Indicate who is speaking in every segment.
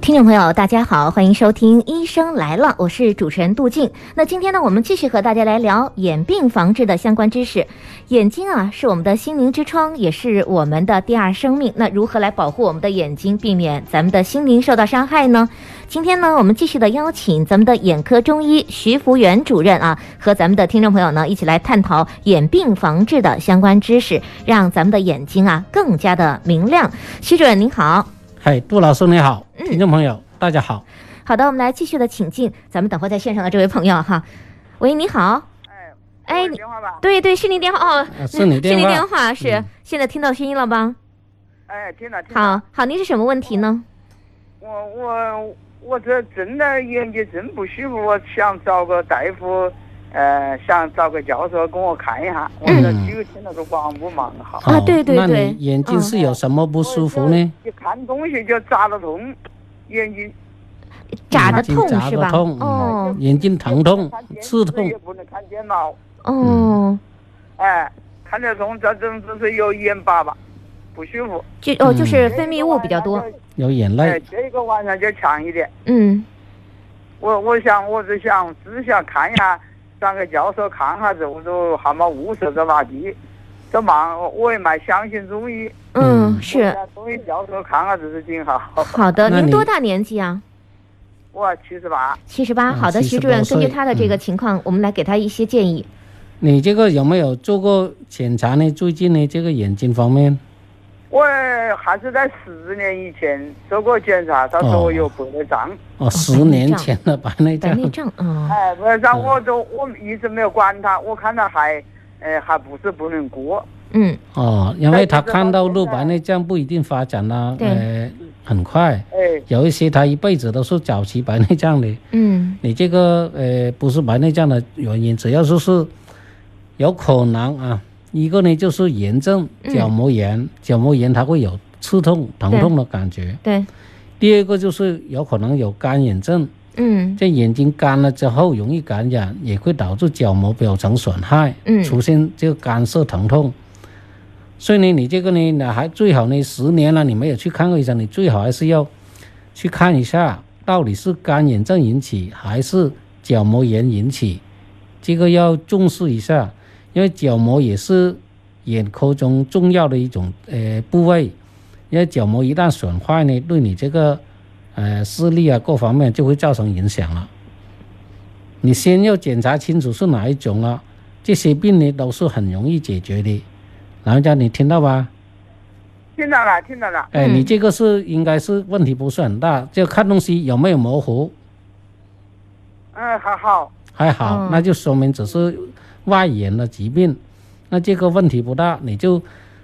Speaker 1: 听众朋友，大家好，欢迎收听《医生来了》，我是主持人杜静。那今天呢，我们继续和大家来聊眼病防治的相关知识。眼睛啊，是我们的心灵之窗，也是我们的第二生命。那如何来保护我们的眼睛，避免咱们的心灵受到伤害呢？今天呢，我们继续的邀请咱们的眼科中医徐福元主任啊，和咱们的听众朋友呢一起来探讨眼病防治的相关知识，让咱们的眼睛啊更加的明亮。徐主任您好。
Speaker 2: 嗨，哎杜老师你好，
Speaker 1: 嗯
Speaker 2: 听众朋友、大家好。
Speaker 1: 好的，我们来继续的请进咱们等会在线上的这位朋友哈。喂，你好，
Speaker 3: 哎，
Speaker 1: 哎，
Speaker 3: 你
Speaker 1: 你
Speaker 3: 电话吧，
Speaker 1: 对对，是您电话哦，
Speaker 2: 啊是你电
Speaker 1: 是
Speaker 2: 话
Speaker 1: 您电话是、
Speaker 2: 嗯
Speaker 1: 现在听到声音了吧？
Speaker 3: 哎，听了听
Speaker 1: 好
Speaker 3: 了，
Speaker 1: 好，您是什么问题呢？
Speaker 3: 我我我这真的眼睛真不舒服，我想找个大夫，呃，想找个教授给我看一下。我这
Speaker 2: 嗯
Speaker 3: 就听那个广播蛮好，
Speaker 1: 啊对对
Speaker 2: 哦那
Speaker 1: 对嗯
Speaker 2: 你眼睛是有什么不舒服呢？
Speaker 3: 一看东西就扎得痛，眼睛
Speaker 1: 眨得
Speaker 2: 睛
Speaker 1: 痛
Speaker 2: 眨
Speaker 1: 是
Speaker 2: 嗯得
Speaker 1: 吧？
Speaker 2: 痛嗯
Speaker 1: 哦
Speaker 2: 眼睛疼痛
Speaker 3: 哎看电、视
Speaker 2: 刺痛
Speaker 3: 也，不能看电脑，
Speaker 2: 嗯
Speaker 1: 哦，
Speaker 3: 哎，看得痛，这这这是有眼巴巴，不舒服。
Speaker 1: 就哦
Speaker 2: 嗯
Speaker 1: 就是分泌物比较多，
Speaker 2: 有眼
Speaker 3: 哎
Speaker 2: 泪，，
Speaker 3: 这个晚上就强一点。
Speaker 1: 嗯
Speaker 3: 我我想我只想只想看一下，找个教授看下子，我都还没物色到哪地。这忙我也蛮相信中医，
Speaker 1: 嗯
Speaker 2: 嗯
Speaker 1: 是。
Speaker 3: 中医教授看下子是挺好。
Speaker 1: 好的，
Speaker 2: 那
Speaker 1: 您
Speaker 2: 你
Speaker 1: 多大年纪啊？
Speaker 3: 我七十八，
Speaker 1: 七十八。
Speaker 2: 嗯
Speaker 1: 好的，
Speaker 2: 78
Speaker 1: 徐主任，根据
Speaker 2: 岁嗯
Speaker 1: 他的这个情况，我们来给他一些建议。
Speaker 2: 你这个有没有做过检查呢？最近呢，这个眼睛方面，
Speaker 3: 我还是在十年以前做过检查，他说我有白内障。
Speaker 2: 哦，十年前的白内
Speaker 1: 白
Speaker 2: 障，
Speaker 1: 内障啊，
Speaker 3: 哎，白内
Speaker 2: 嗯
Speaker 3: 障我都我一直没有管他，我看他还，呃，还不是不能过。
Speaker 1: 嗯
Speaker 2: 哦，因为他
Speaker 3: 但是
Speaker 2: 看到路
Speaker 3: 现在
Speaker 2: 白内障不一定发展啦，
Speaker 1: 对
Speaker 2: 呃，很快，
Speaker 3: 哎，
Speaker 2: 有一些他一辈子都是早期白内障的，
Speaker 1: 嗯
Speaker 2: 你这个呃不是白内障的原因，只要说是有可能啊，一个呢就是炎症
Speaker 1: 嗯
Speaker 2: 角膜炎，角膜炎它会有刺痛、疼痛的感觉；
Speaker 1: 对，
Speaker 2: 第二个就是有可能有干眼症，
Speaker 1: 嗯
Speaker 2: 这眼睛干了之后容易感染，也会导致角膜表层损害，
Speaker 1: 嗯
Speaker 2: 出现这个干涩疼痛。所以呢，你这个呢，那还最好呢，十年了你没有去看过医生，你最好还是要去看一下，到底是干眼症引起还是角膜炎引起，这个要重视一下，因为角膜也是眼科中重要的一种呃部位，因为角膜一旦损坏呢，对你这个呃视力啊各方面就会造成影响了。你先要检查清楚是哪一种啊了、这些病呢都是很容易解决的。然后叫你听到吧？
Speaker 3: 听到了，听到了。
Speaker 2: 哎，
Speaker 1: 嗯
Speaker 2: 你这个是应该是问题不是很大，就看东西有没有模糊，
Speaker 3: 嗯，还好。
Speaker 2: 还好
Speaker 1: 嗯，
Speaker 2: 那就说明只是外延的疾病，那这个问题不大，你就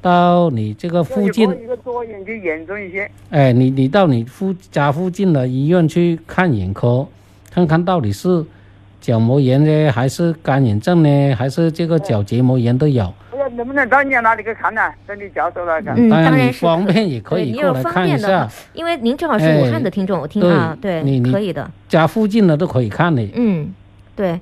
Speaker 2: 到你这个附近
Speaker 3: 有一个左眼睛严重一些。
Speaker 2: 哎，你你到你附家附近的医院去看眼科，看看到底是角膜炎呢，还是干眼症呢，还是这个角结膜炎都有。
Speaker 3: 不知道哎能不能到你那里去看呢？到你教授那里看。
Speaker 1: 嗯，
Speaker 2: 当
Speaker 1: 当
Speaker 2: 你
Speaker 1: 然是
Speaker 2: 方便也可
Speaker 1: 对
Speaker 2: 以
Speaker 1: 你
Speaker 2: 过
Speaker 1: 有
Speaker 2: 来
Speaker 1: 方
Speaker 2: 看一
Speaker 1: 便的
Speaker 2: 下
Speaker 1: 话，因为您正好是武汉的听众，我听
Speaker 2: 哎对
Speaker 1: 啊，对，
Speaker 2: 你你
Speaker 1: 可以的，
Speaker 2: 家附近的都可以看的。
Speaker 1: 嗯，对。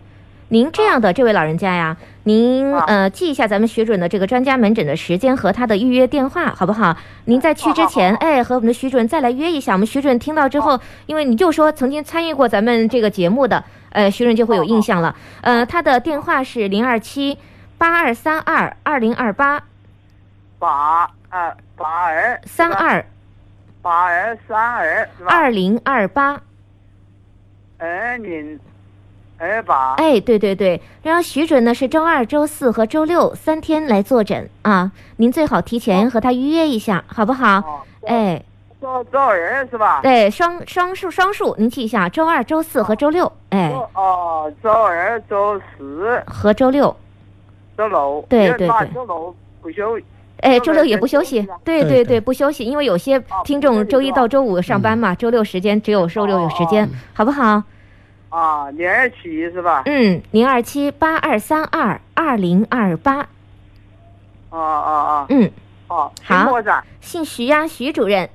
Speaker 1: 您这样的这位老人家呀，您
Speaker 3: 啊
Speaker 1: 呃记一下咱们徐主任的这个专家门诊的时间和他的预约电话，好不好？您在去之前，哎，和我们的徐主任再来约一下。我们徐主任听到之后，因为你就说曾经参与过咱们这个节目的，呃，徐主任就会有印象了。呃，他的电话是零二七八二三二二零二八
Speaker 3: 八啊八二
Speaker 1: 三二
Speaker 3: 八二三二是吧？哎
Speaker 1: 二零二八。
Speaker 3: 二零二八，
Speaker 1: 哎，对对对，然后徐准呢是周二、周四和周六三天来坐诊啊，您最好提前和他预约一下，好不好？
Speaker 3: 哦，
Speaker 1: 哎，
Speaker 3: 周周二是吧？
Speaker 1: 对，双双数双数，您记一下，周二、周四和周六，哎，
Speaker 3: 周哦，周二、周四、
Speaker 1: 和周六，
Speaker 3: 周六，
Speaker 1: 对对
Speaker 3: 因为那
Speaker 1: 对
Speaker 3: 周六不休，
Speaker 1: 哎，周六
Speaker 3: 对
Speaker 1: 也不休息对
Speaker 3: 对，
Speaker 2: 对
Speaker 1: 对
Speaker 2: 对
Speaker 1: 对，不休息，因为有些
Speaker 3: 哦
Speaker 1: 听
Speaker 3: 不休
Speaker 1: 众
Speaker 3: 息
Speaker 1: 周
Speaker 3: 是
Speaker 1: 一
Speaker 3: 吧
Speaker 1: 到周五上班嘛，周六时间只有周六有时间，好不好？
Speaker 3: 啊，零二七是吧？
Speaker 1: 嗯，零二七八二三二二零二八，
Speaker 3: 啊啊啊！
Speaker 1: 嗯，
Speaker 3: 哦，
Speaker 1: 好
Speaker 3: 徐莫长
Speaker 1: 姓徐呀、徐主任。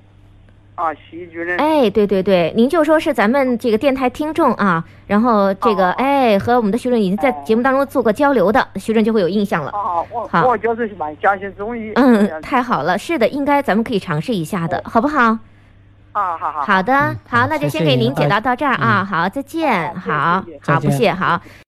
Speaker 3: 啊，徐主任。
Speaker 1: 哎，对对对，您就说是咱们这个电台听众啊，然后这个、
Speaker 3: 哦
Speaker 1: 哎和我们的徐主任已经在节目当中做过交流的，徐主任就会有印象了。
Speaker 3: 哦，我
Speaker 1: 好
Speaker 3: 我就是蛮相信中医。
Speaker 1: 嗯，太好了，是的，应该咱们可以尝试一下的，好不好？
Speaker 3: 啊，好好好。
Speaker 1: 好的，
Speaker 2: 嗯
Speaker 1: 好，那就先
Speaker 2: 谢谢
Speaker 1: 给
Speaker 2: 您
Speaker 1: 您解
Speaker 2: 哎
Speaker 1: 答到这儿啊，好，再见，
Speaker 3: 好
Speaker 1: 好
Speaker 3: 谢谢，
Speaker 1: 好，
Speaker 2: 再
Speaker 1: 不
Speaker 2: 见
Speaker 1: 谢，好。